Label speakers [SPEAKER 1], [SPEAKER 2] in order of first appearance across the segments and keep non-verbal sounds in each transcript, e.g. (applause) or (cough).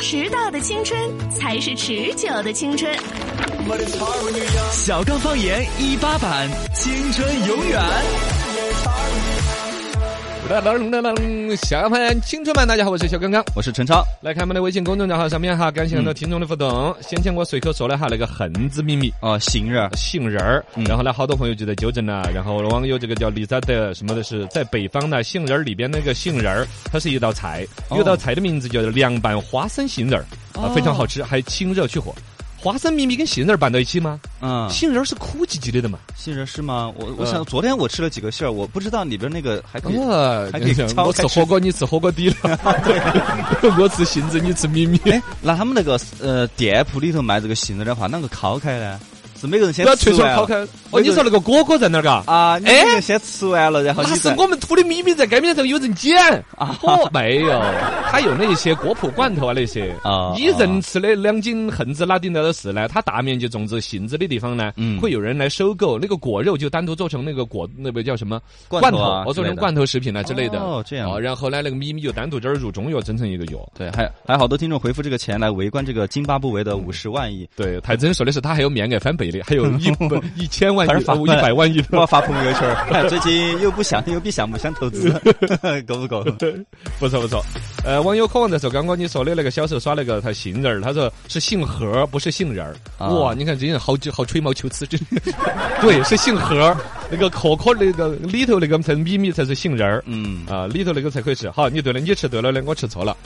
[SPEAKER 1] 迟到的青春才是持久的青春。
[SPEAKER 2] 小刚方言一八版，青春永远。
[SPEAKER 3] 小刚们，青春们，大家好，我是小刚刚。
[SPEAKER 2] 我是陈超，
[SPEAKER 3] 来看我们的微信公众账号上面哈，感谢很多听众的互动。先前我随口说了哈那个恒子秘密。
[SPEAKER 2] 哦，行人儿，
[SPEAKER 3] 杏仁儿
[SPEAKER 2] 嗯，
[SPEAKER 3] 然后呢，好多朋友就在纠正了。然后网友这个叫李扎德什么的是在北方呢，杏仁儿里边那个杏仁儿，它是一道菜，
[SPEAKER 2] 哦
[SPEAKER 3] 有道菜的名字叫凉拌花生杏仁儿，
[SPEAKER 2] 哦
[SPEAKER 3] 啊，非常好吃，还清热去火。花生米米跟杏仁儿拌到一起吗？
[SPEAKER 2] 嗯，
[SPEAKER 3] 杏仁儿是苦唧唧的的嘛？
[SPEAKER 2] 杏仁儿是吗？我我
[SPEAKER 3] 呃
[SPEAKER 2] 想昨天我吃了几个杏儿，我不知道里边那个还可以。
[SPEAKER 3] 哦
[SPEAKER 2] 还可以敲
[SPEAKER 3] (laughs) 我吃火锅，你吃火锅底
[SPEAKER 2] (laughs)
[SPEAKER 3] 了。我吃杏子，你吃米米。
[SPEAKER 2] 哎，那他们那个呃店铺里头卖这个杏仁儿的话，啷个烤开呢？是每个人先
[SPEAKER 3] 不要
[SPEAKER 2] 吃
[SPEAKER 3] 退出
[SPEAKER 2] 完
[SPEAKER 3] 烤开。哦，你说那个锅锅在哪儿嘎？
[SPEAKER 2] 啊？你
[SPEAKER 3] 哎
[SPEAKER 2] 每个人先吃完了，然后
[SPEAKER 3] 那
[SPEAKER 2] 你
[SPEAKER 3] 是
[SPEAKER 2] 再
[SPEAKER 3] 我们土的秘密在街面上有人捡
[SPEAKER 2] 啊
[SPEAKER 3] 哦，没有，他有那些果脯罐头啊那些
[SPEAKER 2] 啊
[SPEAKER 3] 你人吃的两斤杏子哪顶得到事呢？它大面积种植杏子的地方呢
[SPEAKER 2] 嗯，
[SPEAKER 3] 会有人来收购那个果肉，就单独做成那个果那个叫什么
[SPEAKER 2] 罐头啊
[SPEAKER 3] 头，哦，做
[SPEAKER 2] 之类
[SPEAKER 3] 成
[SPEAKER 2] 的
[SPEAKER 3] 罐头食品啊之类的。
[SPEAKER 2] 哦这样
[SPEAKER 3] 哦，然后呢，那个咪咪就单独这儿入中药，整成一个药。
[SPEAKER 2] 对，还还有好多听众回复这个钱来围观这个津巴布韦的五十万亿，
[SPEAKER 3] 对，太真说的是，他还有面额翻倍的，还有
[SPEAKER 2] (laughs)
[SPEAKER 3] 一不一千万亿、
[SPEAKER 2] 还是发
[SPEAKER 3] 哦一百万亿
[SPEAKER 2] (laughs) 我要发朋友圈儿， (laughs) 哎最近又不想又不想不想投 (laughs) 资，够不
[SPEAKER 3] (laughs)
[SPEAKER 2] 够？
[SPEAKER 3] 不错不错，呃，网友渴望在说，刚刚你说的那个小时候耍那个他杏仁儿，他说是杏核，不是杏仁儿。
[SPEAKER 2] 啊
[SPEAKER 3] 哇，你看这些人好久好吹毛求疵，真的。 (laughs) 对，是杏核，那个壳壳那个里头那个才米米才是杏仁儿。
[SPEAKER 2] 嗯，
[SPEAKER 3] 啊，里头那个才可以吃。好，你对了，你吃对了嘞，我吃
[SPEAKER 2] (laughs)
[SPEAKER 3] 错了，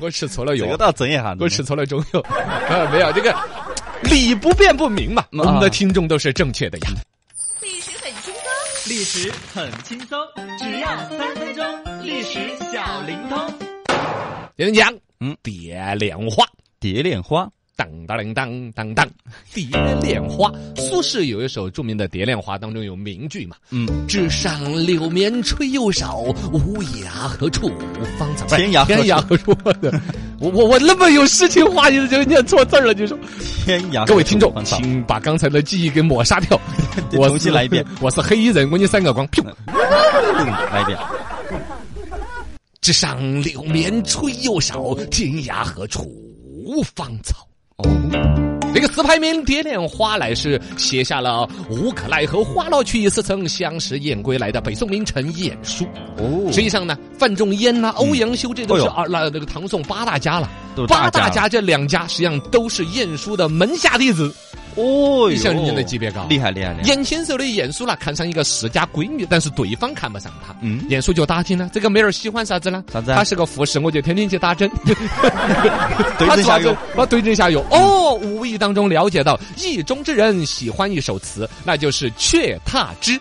[SPEAKER 3] 我吃错了
[SPEAKER 2] 这
[SPEAKER 3] 药
[SPEAKER 2] 个，倒整一下子，
[SPEAKER 3] 我啊吃错了中药。啊，没有 (laughs) 这个理不辩不明
[SPEAKER 2] 嗯
[SPEAKER 3] 嘛，
[SPEAKER 2] 啊
[SPEAKER 3] 我们的听众都是正确的呀。
[SPEAKER 1] 历史很轻松，
[SPEAKER 4] 历史很轻松，只要三分钟，历史小灵通。
[SPEAKER 3] 今天讲，
[SPEAKER 2] 嗯
[SPEAKER 3] 嗯，蝶恋花。
[SPEAKER 2] 蝶恋花，
[SPEAKER 3] 当当当当当当，蝶恋花。苏轼有一首著名的《蝶恋花》，当中有名句嘛
[SPEAKER 2] 嗯，：“
[SPEAKER 3] 枝上柳绵吹又少，无涯何处芳草。”
[SPEAKER 2] 天涯何处
[SPEAKER 3] 天涯何处？ (laughs) 我我我那么有诗情画意的，就念错字儿了，就说。
[SPEAKER 2] 天涯。
[SPEAKER 3] 各位听众，
[SPEAKER 2] 芳草
[SPEAKER 3] 请把刚才的记忆给抹杀
[SPEAKER 2] (laughs)
[SPEAKER 3] 掉。
[SPEAKER 2] 得重新来一遍，
[SPEAKER 3] 我是黑衣人，我给你三
[SPEAKER 2] (laughs)
[SPEAKER 3] 个光。噗
[SPEAKER 2] 来一遍。
[SPEAKER 3] 枝上柳绵吹又少，天涯何处无芳草。
[SPEAKER 2] 哦，
[SPEAKER 3] 这个词牌名《蝶恋花》乃是写下了“无可奈何花落去，似曾相识燕归来”的北宋名臣晏殊。
[SPEAKER 2] 哦
[SPEAKER 3] 实际上呢，范仲淹呐、欧阳修这都是
[SPEAKER 2] 哎呦
[SPEAKER 3] 二那那个唐宋八大家了。
[SPEAKER 2] 都是
[SPEAKER 3] 八
[SPEAKER 2] 大家
[SPEAKER 3] 大家这两家实际上都是晏殊的门下弟子，
[SPEAKER 2] 哦哟，
[SPEAKER 3] 你像人家的级别高
[SPEAKER 2] 厉害厉害厉害。
[SPEAKER 3] 眼前手的晏殊呢，看上一个世家闺女，但是对方看不上她。
[SPEAKER 2] 嗯
[SPEAKER 3] 晏殊就打听了，这个妹儿喜欢啥子呢？
[SPEAKER 2] 啥子啊
[SPEAKER 3] 她是个护士，我就天天去打针。
[SPEAKER 2] (laughs) 对症下药
[SPEAKER 3] 他抓着，我对症下药。哦，无意当中了解到，意中之人喜欢一首词，那就是《雀踏枝》，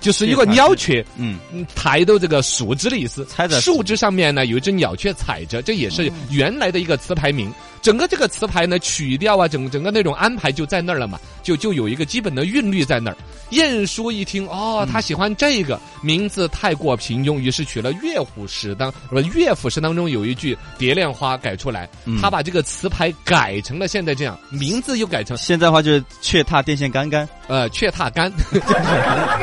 [SPEAKER 3] 就是一个鸟雀。
[SPEAKER 2] 嗯，
[SPEAKER 3] 嗯，抬到这个树枝的意思，
[SPEAKER 2] 踩在树
[SPEAKER 3] 树枝上面呢有一只鸟雀踩着，这也是原来的一个词牌名。整个这个词牌呢，曲调啊，整整个那种安排就在那儿了嘛，就就有一个基本的韵律在那儿。晏殊一听，哦，他喜欢这个、名字太过平庸，于是取了《乐府诗》当，不是《乐府诗》当中有一句《蝶恋花》改出来，
[SPEAKER 2] 嗯
[SPEAKER 3] 他把这个词牌改成了现在这样，名字又改成
[SPEAKER 2] 现在的话就是雀踏电线杆杆，
[SPEAKER 3] 呃，雀踏 (laughs) 杆，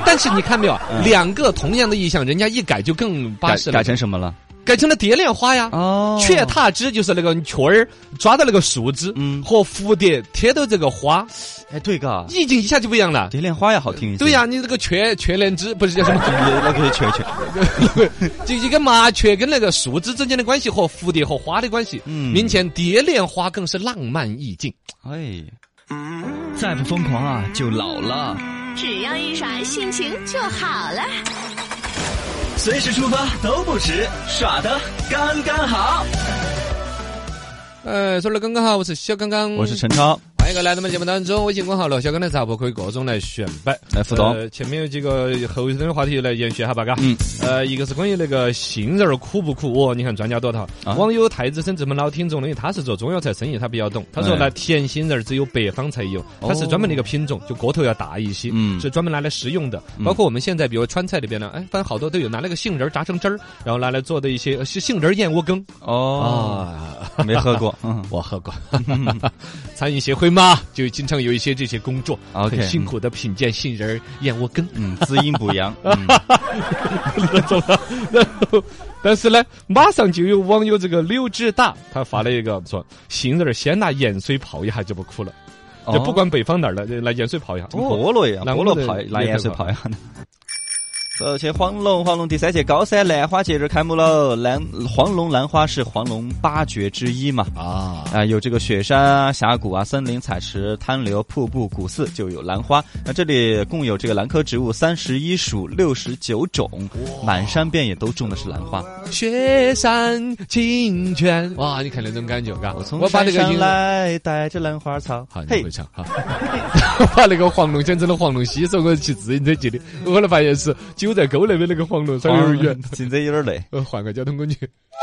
[SPEAKER 3] 但是你看没有，
[SPEAKER 2] 嗯
[SPEAKER 3] 两个同样的意象，人家一改就更巴
[SPEAKER 2] 改
[SPEAKER 3] 适了，
[SPEAKER 2] 改成什么了？
[SPEAKER 3] 改成了蝶恋花呀。
[SPEAKER 2] 哦
[SPEAKER 3] 雀踏枝就是那个雀儿抓到那个树枝，
[SPEAKER 2] 嗯
[SPEAKER 3] 和蝴蝶贴到这个花，
[SPEAKER 2] 哎，对嘎，
[SPEAKER 3] 意境一下就不一样了。
[SPEAKER 2] 蝶恋花呀，好听一些。
[SPEAKER 3] 对呀、，你这个雀雀恋枝不是叫什 (laughs) 么？
[SPEAKER 2] 那个是雀雀。
[SPEAKER 3] 就一个麻雀跟那个树枝之间的关系和蝴蝶和花的关系，
[SPEAKER 2] 嗯
[SPEAKER 3] 明显蝶恋花更是浪漫意境。
[SPEAKER 2] 哎，
[SPEAKER 4] 再不疯狂啊，就老了。
[SPEAKER 1] 只要一耍心情就好了。
[SPEAKER 4] 随时出发都不迟，耍的刚刚好。
[SPEAKER 3] 呃，说了刚刚好，我是小刚刚，
[SPEAKER 2] 我是陈超，
[SPEAKER 3] 欢迎各位来到我们节目当中，微信公号“罗小刚的杂博”可以各种来选摆
[SPEAKER 2] 来互动
[SPEAKER 3] 呃前面有几个后生的话题来延续一下吧，嘎。
[SPEAKER 2] 嗯。
[SPEAKER 3] 呃，一个是关于那个杏仁儿苦不苦哦，你看专家多套。
[SPEAKER 2] 啊
[SPEAKER 3] 网友太子参这么老听众了，因为他是做中药材生意，他比较懂。他说
[SPEAKER 2] 哎哦
[SPEAKER 3] 呢，甜杏仁儿只有北方才有，它是专门的一个品种，就个头要大一些，
[SPEAKER 2] 嗯
[SPEAKER 3] 是专门拿来食用的。包括我们现在比如川菜里边呢，哎，反正好多都有拿那个杏仁儿榨成汁儿，然后拿来做的一些呃杏杏仁儿燕窝羹。
[SPEAKER 2] 哦，
[SPEAKER 3] 啊，
[SPEAKER 2] 没喝过。嗯，
[SPEAKER 3] 我喝过， (laughs) 餐饮协会嘛，就经常有一些这些工作
[SPEAKER 2] OK，
[SPEAKER 3] 很辛苦的品鉴杏仁儿、燕窝羹，
[SPEAKER 2] 嗯，滋阴补阳。嗯，
[SPEAKER 3] 然后但是呢，马上就有网友这个柳志大，他发了一个说，杏仁儿先拿盐水泡一下就不苦了，
[SPEAKER 2] 哦
[SPEAKER 3] 就不管北方哪儿的，就拿盐水泡一下。
[SPEAKER 2] 跟菠萝一样，
[SPEAKER 3] 那
[SPEAKER 2] 菠
[SPEAKER 3] 我
[SPEAKER 2] 萝
[SPEAKER 3] 的
[SPEAKER 2] 泡拿
[SPEAKER 3] 也
[SPEAKER 2] 盐
[SPEAKER 3] 是
[SPEAKER 2] 水
[SPEAKER 3] 泡
[SPEAKER 2] 泡一 (laughs) 样的。走呃去黄龙，黄龙第三届高山兰花节日开幕喽！兰黄龙兰花是黄龙八绝之一嘛，
[SPEAKER 3] 啊，
[SPEAKER 2] 啊，有这个雪山啊、峡谷啊、森林、彩池、滩流、瀑布、古寺，就有兰花。那这里共有这个兰科植物三十一属六十九种，满山遍野都种的是兰花。
[SPEAKER 3] 雪山清泉，哇，你看那种感觉，嘎，
[SPEAKER 2] 我从
[SPEAKER 3] 把
[SPEAKER 2] 山
[SPEAKER 3] 那个
[SPEAKER 2] 上
[SPEAKER 3] 音。
[SPEAKER 2] 来，带着兰花草
[SPEAKER 3] 好，。你
[SPEAKER 2] 嘿
[SPEAKER 3] 会，唱 (laughs) 哈。把那个黄龙简直了，黄龙溪说我骑自行车去的，我后来发现是九寨沟那边那个黄龙稍微有点远，
[SPEAKER 2] 现在有点累。
[SPEAKER 3] 呃，换个交通工具。 (laughs)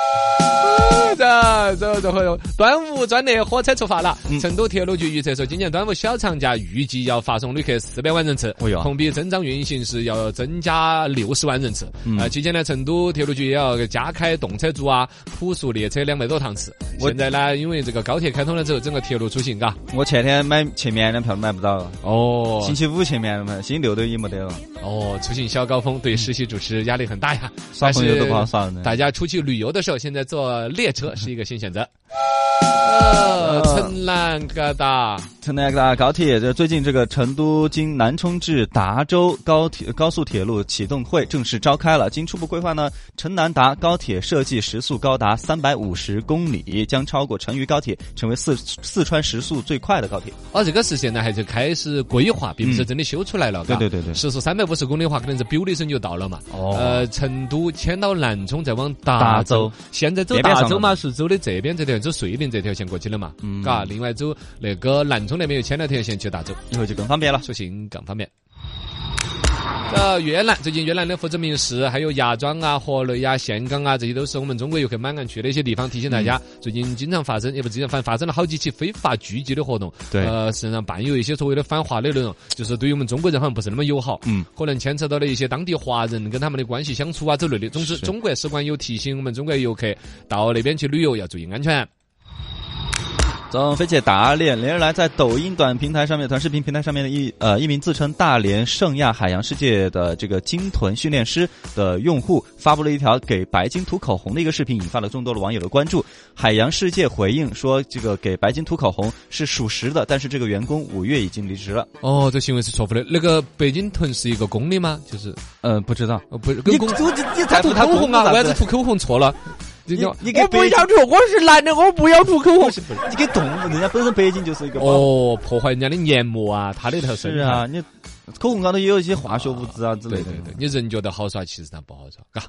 [SPEAKER 3] 啊走走走，后端午专列火车出发了。
[SPEAKER 2] 嗯
[SPEAKER 3] 成都铁路局预测说，今年端午小长假预计要发送旅客四百万人次，
[SPEAKER 2] 哎呦
[SPEAKER 3] 同比增长运行是要增加六十万人次。
[SPEAKER 2] 嗯
[SPEAKER 3] 啊，期间呢，成都铁路局也要加开动车组啊、普速列车两百多趟次。
[SPEAKER 2] 我
[SPEAKER 3] 现在呢，因为这个高铁开通了之后，整个铁路出行，嘎，
[SPEAKER 2] 我前天买前面的票买不到，
[SPEAKER 3] 哦
[SPEAKER 2] 星期五前面的嘛，星期六都已经没得了，
[SPEAKER 3] 哦，出行小高峰对实习主持压力很大呀。
[SPEAKER 2] 耍朋友都不好
[SPEAKER 3] 但是
[SPEAKER 2] 耍了呢。
[SPEAKER 3] 嗯大家出去旅游的时候，现在坐列车是一个新选择。
[SPEAKER 2] 嗯
[SPEAKER 3] 呃，城南疙瘩，
[SPEAKER 2] 城南大高铁，这最近这个成都经南充至达州高铁高速铁路启动会正式召开了。经初步规划呢，城南达高铁设计时速高达三百五十公里，将超过成渝高铁，成为四四川时速最快的高铁。
[SPEAKER 3] 哦，这个是现在还是开始规划，并不是真的修出来了。
[SPEAKER 2] 对
[SPEAKER 3] 嘎
[SPEAKER 2] 嗯对对对
[SPEAKER 3] 时速三百五十公里的话，可能是 biu 的一声就到了嘛。
[SPEAKER 2] 哦
[SPEAKER 3] 呃，成都迁到南充，再往达
[SPEAKER 2] 达
[SPEAKER 3] 州
[SPEAKER 2] 州，
[SPEAKER 3] 现在走
[SPEAKER 2] 边边
[SPEAKER 3] 达
[SPEAKER 2] 上
[SPEAKER 3] 州
[SPEAKER 2] 了
[SPEAKER 3] 嘛，是走的这边这条，走遂宁这条线过去了嘛。嗯，嘎，另外走那个南充那边又迁了条线去达州。
[SPEAKER 2] 以后就更方便了。
[SPEAKER 3] 出行啊更方便。呃，越南最近越南的胡志明市，还有芽庄啊、河内啊、岘港啊，这些都是我们中国游客蛮爱去的一些地方。提醒大家，最近经常发生，也不经常，反正发生了好几起非法聚集的活动。
[SPEAKER 2] 对
[SPEAKER 3] 呃，实际上伴有一些所谓的反华的内容，就是对于我们中国人好像不是那么友好。
[SPEAKER 2] 嗯，
[SPEAKER 3] 可能牵扯到了一些当地华人跟他们的关系相处啊之类的。总之，
[SPEAKER 2] 是
[SPEAKER 3] 中国使馆有提醒我们中国游客到那边去旅游要注意安全。
[SPEAKER 2] 张飞姐打脸，连日来在抖音短平台上面、短视频平台上面的一呃一名自称大连圣亚海洋世界的这个鲸豚训练师的用户发布了一条给白鲸涂口红的一个视频，引发了众多的网友的关注。海洋世界回应说，这个给白鲸涂口红是属实的，但是这个员工五月已经离职了。
[SPEAKER 3] 哦，这行为是错误的。那个北京豚是一个公的吗？就是
[SPEAKER 2] 嗯，不知道。
[SPEAKER 3] 哦，不是跟公。
[SPEAKER 2] 你你才
[SPEAKER 3] 他涂
[SPEAKER 2] 不
[SPEAKER 3] 口红啊，
[SPEAKER 2] 咋
[SPEAKER 3] 我还是
[SPEAKER 2] 子
[SPEAKER 3] 涂口红错了。你
[SPEAKER 2] 你你给
[SPEAKER 3] 我不
[SPEAKER 2] 别
[SPEAKER 3] 要涂，我是男的，我不要涂口红。
[SPEAKER 2] 你给动物，人家本身北京就是一个包。
[SPEAKER 3] 哦，破坏人家的研磨啊，他的头生
[SPEAKER 2] 是
[SPEAKER 3] 态。
[SPEAKER 2] 啊，你口红高头也有一些化学物质啊之类的。
[SPEAKER 3] 对对对，你人觉得好耍，其实它不好耍，嘎。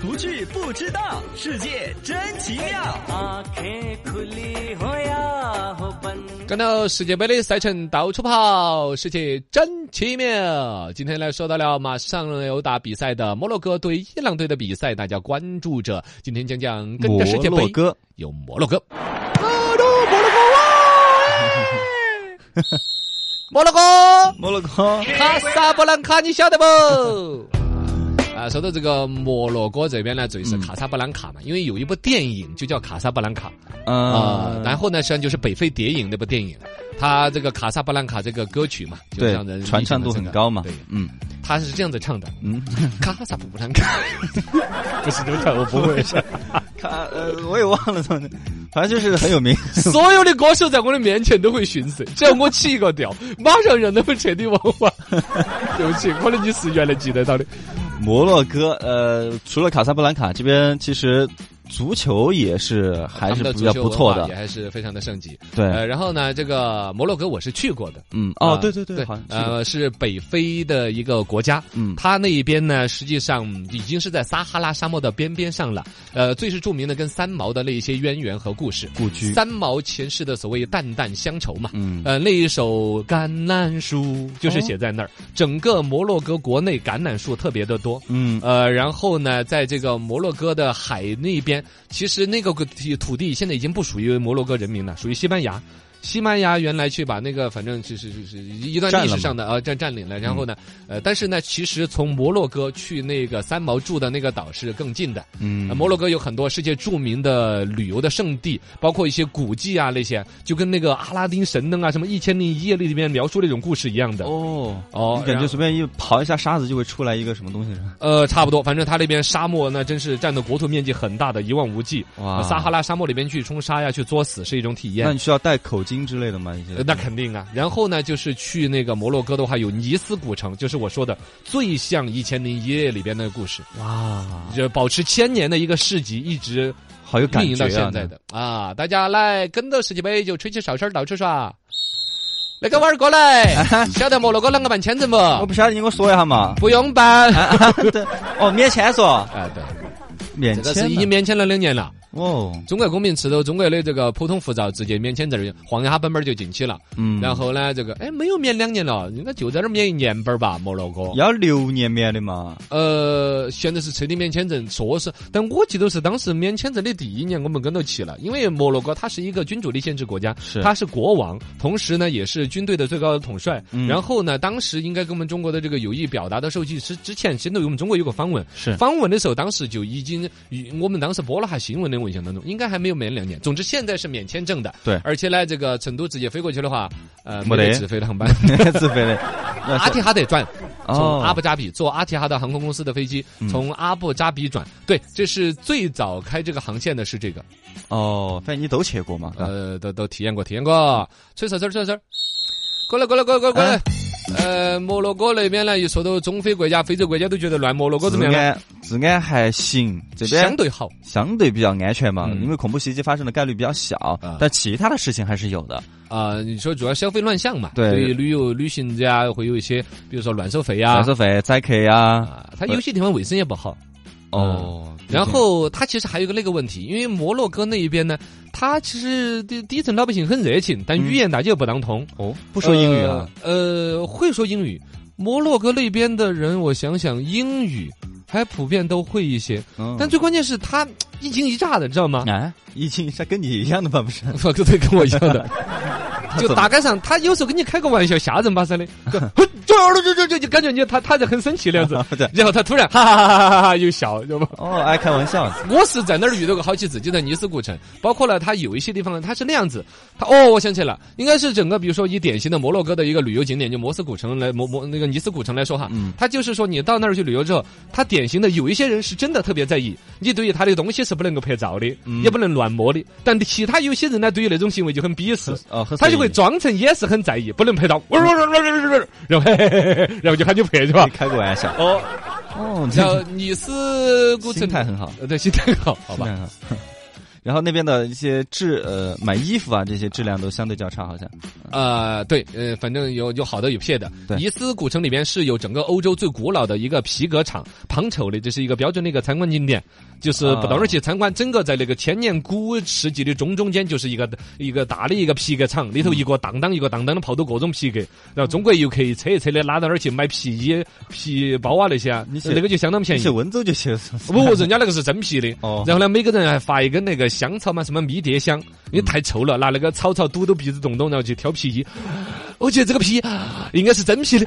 [SPEAKER 4] 不去不知道，世界真奇妙。
[SPEAKER 5] आंखें खुली हो या हो बंद
[SPEAKER 3] 赶到世界杯的赛程到处跑，世界真奇妙。今天呢，说到了马上有打比赛的摩洛哥对伊朗队的比赛，大家关注着。今天讲讲跟
[SPEAKER 2] 摩
[SPEAKER 3] 着世界杯
[SPEAKER 2] 洛哥。啊
[SPEAKER 3] 有摩洛哥。 (laughs) 摩洛哥，摩洛哥，
[SPEAKER 2] (laughs) 摩洛 (laughs)
[SPEAKER 3] 摩洛哥。
[SPEAKER 2] 哥，
[SPEAKER 3] 卡萨布兰卡，你晓得不？ (laughs) 啊，说到这个摩洛哥这边呢，最
[SPEAKER 2] 嗯
[SPEAKER 3] 是卡萨布兰卡嘛，因为有一部电影就叫《卡萨布兰卡》啊、
[SPEAKER 2] 嗯，
[SPEAKER 3] 然后呢，实际上就是北非谍影那部电影，它这个《卡萨布兰卡》这个歌曲嘛，就让人
[SPEAKER 2] 对，传唱度很高嘛
[SPEAKER 3] 对，，
[SPEAKER 2] 嗯
[SPEAKER 3] 他是这样子唱的：“
[SPEAKER 2] 嗯，
[SPEAKER 3] (laughs) 卡萨布
[SPEAKER 2] (laughs)
[SPEAKER 3] 兰卡，不是流产，我不会。
[SPEAKER 2] 看呃，我也忘了， (laughs) 反正就是很有名。
[SPEAKER 3] (laughs) 所有的歌手在我的面前都会逊色，只要我起一个调，马上让他们彻底忘完。 (laughs) 对不起，可能你是原来记得到的。
[SPEAKER 2] (laughs) 摩洛哥，呃，除了卡萨布兰卡这边，其实足球也是还
[SPEAKER 3] 他们
[SPEAKER 2] 是
[SPEAKER 3] 的
[SPEAKER 2] 比
[SPEAKER 3] 足
[SPEAKER 2] 较
[SPEAKER 3] 球
[SPEAKER 2] 不
[SPEAKER 3] 文
[SPEAKER 2] 错
[SPEAKER 3] 化
[SPEAKER 2] 的
[SPEAKER 3] 也，还是非常的盛极。
[SPEAKER 2] 对，
[SPEAKER 3] 呃，然后呢，这个摩洛哥我是去过的。
[SPEAKER 2] 嗯，哦
[SPEAKER 3] 啊，
[SPEAKER 2] 对对对，
[SPEAKER 3] 对
[SPEAKER 2] 好像，是，
[SPEAKER 3] 呃，是北非的一个国家，
[SPEAKER 2] 嗯
[SPEAKER 3] 它那一边呢，实际上已经是在撒哈拉沙漠的边边上了。呃，最是著名的跟三毛的那一些渊源和故事，
[SPEAKER 2] 故居，
[SPEAKER 3] 三毛前世的所谓淡淡乡愁嘛。
[SPEAKER 2] 嗯，
[SPEAKER 3] 呃，那一首《橄榄树》就是写在那
[SPEAKER 2] 哦
[SPEAKER 3] 儿，整个摩洛哥国内橄榄树特别的多，
[SPEAKER 2] 嗯，
[SPEAKER 3] 呃，然后呢，在这个摩洛哥的海那边，其实那个个地土地现在已经不属于摩洛哥人民了，属于西班牙。西班牙原来去把那个反正就是就是一段历史上的啊占占领了，然后
[SPEAKER 2] 嗯
[SPEAKER 3] 呢，呃，但是呢，其实从摩洛哥去那个三毛住的那个岛是更近的。
[SPEAKER 2] 嗯
[SPEAKER 3] 呃摩洛哥有很多世界著名的旅游的圣地，包括一些古迹啊那些，就跟那个阿拉丁神灯啊什么《一千零一夜》里面描述那种故事一样的。
[SPEAKER 2] 哦
[SPEAKER 3] 哦
[SPEAKER 2] 你感
[SPEAKER 3] 然
[SPEAKER 2] 觉
[SPEAKER 3] 后
[SPEAKER 2] 随便一刨一下沙子就会出来一个什么东西是吧？
[SPEAKER 3] 呃，差不多，反正它那边沙漠那真是占的国土面积很大的，一望无际。
[SPEAKER 2] 哇
[SPEAKER 3] 呃撒哈拉沙漠里边去冲沙呀，去作死是一种体验
[SPEAKER 2] 那。你需要带口巾之类的吗？一些
[SPEAKER 3] 呃那肯定啊。然后呢，就是去那个摩洛哥的话，有尼斯古城，就是我说的最像《一千零一夜》里边那个故事，
[SPEAKER 2] 哇，
[SPEAKER 3] 就保持千年的一个市集，一直
[SPEAKER 2] 好有感
[SPEAKER 3] 运营
[SPEAKER 2] 觉
[SPEAKER 3] 到
[SPEAKER 2] 啊！
[SPEAKER 3] 现在的啊！大家来跟到十几杯就吹起小声儿到处耍。
[SPEAKER 2] 嗯
[SPEAKER 3] 那个娃儿过
[SPEAKER 2] (laughs)
[SPEAKER 3] 来，晓得摩洛哥啷个办签证不？。
[SPEAKER 2] 哦我不晓得，你给我说一下嘛
[SPEAKER 3] 不用办。
[SPEAKER 2] 啊 (laughs) 对，哦，免签说，
[SPEAKER 3] 啊，对，
[SPEAKER 2] 免
[SPEAKER 3] 这个是
[SPEAKER 2] 签
[SPEAKER 3] 已经
[SPEAKER 2] 的
[SPEAKER 3] 嗯免签了两年了。
[SPEAKER 2] 哦，
[SPEAKER 3] 中国公民持有中国的这个普通护照，直接免签证儿，晃一下本本儿就进去了。
[SPEAKER 2] 嗯，
[SPEAKER 3] 然后呢，这个哎没有免两年了，应该就在这儿免一年本儿吧，摩洛哥。
[SPEAKER 2] 要留年免的嘛。
[SPEAKER 3] 呃，现在是彻底免签证，说是，但我记得是当时免签证的第一年，我们跟到齐了，因为摩洛哥它是一个君主立宪制国家，
[SPEAKER 2] 是
[SPEAKER 3] 它是国王，同时呢也是军队的最高统帅。
[SPEAKER 2] 嗯
[SPEAKER 3] 然后呢，当时应该跟我们中国的这个有意表达的时候，其实之前真的我们中国有个访问，
[SPEAKER 2] 是
[SPEAKER 3] 访问的时候，当时就已经与我们当时播了下新闻的，我印象当中应该还没有免两年。总之现在是免签证的，
[SPEAKER 2] 对
[SPEAKER 3] 而且呢，这个成都直接飞过去的话，呃，
[SPEAKER 2] 没
[SPEAKER 3] 没
[SPEAKER 2] 得
[SPEAKER 3] 得直飞的
[SPEAKER 2] (laughs)
[SPEAKER 3] 航班。
[SPEAKER 2] (laughs) 自费
[SPEAKER 3] (laughs)
[SPEAKER 2] 的，那
[SPEAKER 3] 阿
[SPEAKER 2] 是
[SPEAKER 3] 提哈德转，啊从
[SPEAKER 2] 哦
[SPEAKER 3] 阿布扎比坐阿提哈德航空公司的飞机
[SPEAKER 2] 嗯
[SPEAKER 3] 从阿布扎比转，对，这是最早开这个航线的是这个，
[SPEAKER 2] 哦，反正你都去过嘛。是吧
[SPEAKER 3] 呃，都都体验过，体验过，吹哨吹吹吹，过来过来过来过来过来
[SPEAKER 2] 哎，
[SPEAKER 3] 呃，摩洛哥那边呢，一说到中非国家、非洲国家都觉得乱，摩洛哥怎么样
[SPEAKER 2] 治
[SPEAKER 3] 呢？
[SPEAKER 2] 安治安还行，这边
[SPEAKER 3] 相对好，
[SPEAKER 2] 相对比较安全嘛，
[SPEAKER 3] 嗯
[SPEAKER 2] 因为恐怖袭击发生的概率比较小，
[SPEAKER 3] 啊
[SPEAKER 2] 但其他的事情还是有的。
[SPEAKER 3] 啊、你说主要消费乱象嘛，
[SPEAKER 2] 对
[SPEAKER 3] 所以旅游旅行家会有一些，比如说乱收费呀、
[SPEAKER 2] 转
[SPEAKER 3] 啊，
[SPEAKER 2] 收费、宰客呀，
[SPEAKER 3] 他有些地方卫生也不好。
[SPEAKER 2] 啊哦，
[SPEAKER 3] 然后它其实还有一个那个问题，因为摩洛哥那一边呢，它其实底底层老百姓很热情，但语言大家又不当通，
[SPEAKER 2] 哦，不说英语啊，
[SPEAKER 3] 呃，呃会说英语。摩洛哥那边的人，我想想，英语还普遍都会一些，
[SPEAKER 2] 嗯
[SPEAKER 3] 呃但最关键是他一惊一乍的，知道吗？
[SPEAKER 2] 哎，疫情是跟你一样的吧？不是，，
[SPEAKER 3] 不，对，跟我一样的。就大街上，他有时候跟你开个玩笑，吓人巴塞的，就嘿这这这这就感觉你他他在很生气的样子 (laughs)
[SPEAKER 2] 对
[SPEAKER 3] 然后他突然哈哈哈哈哈哈又笑，知道吗？
[SPEAKER 2] 哦，爱开玩笑，
[SPEAKER 3] 我是在那儿遇到过好几次，就在尼斯古城，包括了它有一些地方呢，它是那样子，它哦，我想起来了，应该是整个比如说以典型的摩洛哥的一个旅游景点，就摩斯古城来摩摩那个尼斯古城来说哈，
[SPEAKER 2] 嗯
[SPEAKER 3] 它就是说你到那儿去旅游之后，它典型的有一些人是真的特别在意，你对于他的东西是不能够拍照的，
[SPEAKER 2] 嗯
[SPEAKER 3] 也不能乱摸的，但其他有些人呢，对于那种行为就很鄙视。
[SPEAKER 2] 哦，很
[SPEAKER 3] 他就
[SPEAKER 2] 随
[SPEAKER 3] 会
[SPEAKER 2] 意
[SPEAKER 3] 装成也是很在意，不能拍到，
[SPEAKER 2] 嗯
[SPEAKER 3] (laughs) 然后嘿嘿嘿嘿然后就喊你拍去吧
[SPEAKER 2] 你。开个玩笑，
[SPEAKER 3] 哦，
[SPEAKER 2] 哦，这
[SPEAKER 3] 然后尼斯古城
[SPEAKER 2] 心态很好，
[SPEAKER 3] 呃对，心态很好，好吧。
[SPEAKER 2] 吧。 (laughs) 然后那边的一些质呃买衣服啊，这些质量都相对较差，好像
[SPEAKER 3] 呃，对，呃，反正有有好的有撇的
[SPEAKER 2] 对。
[SPEAKER 3] 尼斯古城里边是有整个欧洲最古老的一个皮革厂，旁丑的，这是一个标准的一个参观景点，就是
[SPEAKER 2] 啊
[SPEAKER 3] 不到那儿去参观，整个在那个千年古世纪的中中间就是一个一个大的一个皮革厂，里头
[SPEAKER 2] 嗯
[SPEAKER 3] 一个当当一个当当的泡到各种皮革，然后中国游客一车一车的拉到那儿去买皮衣、皮包啊那些啊，
[SPEAKER 2] 你写
[SPEAKER 3] 那个就相当便宜
[SPEAKER 2] 写。文绉就写
[SPEAKER 3] 不，人家那个是真皮的。
[SPEAKER 2] 哦
[SPEAKER 3] 然后呢，每个人还发一根那个香草嘛，什么迷迭香，因为太臭了，拿那个草草堵到鼻子洞洞，然后去挑皮衣。我觉得这个皮应该是真皮的，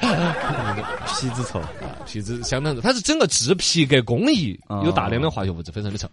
[SPEAKER 2] 痞子
[SPEAKER 3] (laughs)
[SPEAKER 2] 丑。
[SPEAKER 3] 皮子相当的，它是整个制皮革工艺
[SPEAKER 2] 哦
[SPEAKER 3] 有大量的化学物质，非常的臭。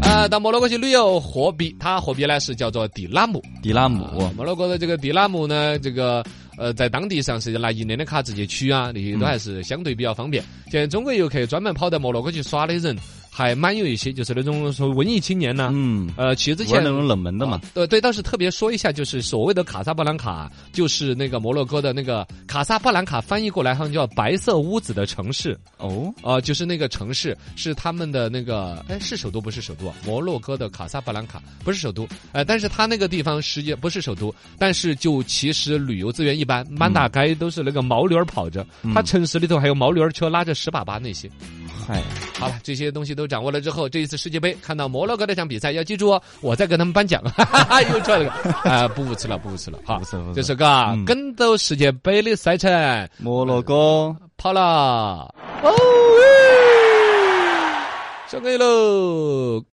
[SPEAKER 3] 啊、到摩洛哥去旅游，货币它货币呢是叫做迪拉姆。
[SPEAKER 2] 迪拉姆
[SPEAKER 3] 啊摩洛哥的这个迪拉姆呢，这个呃，在当地上是拿一年的卡直接取
[SPEAKER 2] 嗯
[SPEAKER 3] 啊，那些都还是相对比较方便。现在中国游客专门跑到摩洛哥去耍的人，还蛮有一些，就是那种说文艺青年呐、
[SPEAKER 2] 嗯，
[SPEAKER 3] 呃，去之前
[SPEAKER 2] 玩那种冷门的嘛
[SPEAKER 3] 啊，对对，倒是特别说一下，就是所谓的卡萨布兰卡，就是那个摩洛哥的那个卡萨布兰卡翻译过来好像叫白色屋子的城市，
[SPEAKER 2] 哦，
[SPEAKER 3] 呃，就是那个城市是他们的那个，哎，是首都不是首都啊，摩洛哥的卡萨布兰卡不是首都，呃，但是它那个地方实际不是首都，但是就其实旅游资源一般，满大街都是那个毛驴儿跑着，它城市里头还有毛驴儿车拉着十粑粑那些。
[SPEAKER 2] 哦嗨，
[SPEAKER 3] 好了，这些东西都掌握了之后，这一次世界杯看到摩洛哥那场比赛，要记住哦，我再跟他们颁奖，哈哈哈，又出来了个，啊，不无耻了，不无耻了，哈
[SPEAKER 2] 不，是不
[SPEAKER 3] 这
[SPEAKER 2] 是
[SPEAKER 3] 是个啊
[SPEAKER 2] 嗯
[SPEAKER 3] 跟斗世界杯的赛程，
[SPEAKER 2] 摩洛哥，
[SPEAKER 3] 跑了，哦喂，上课喽。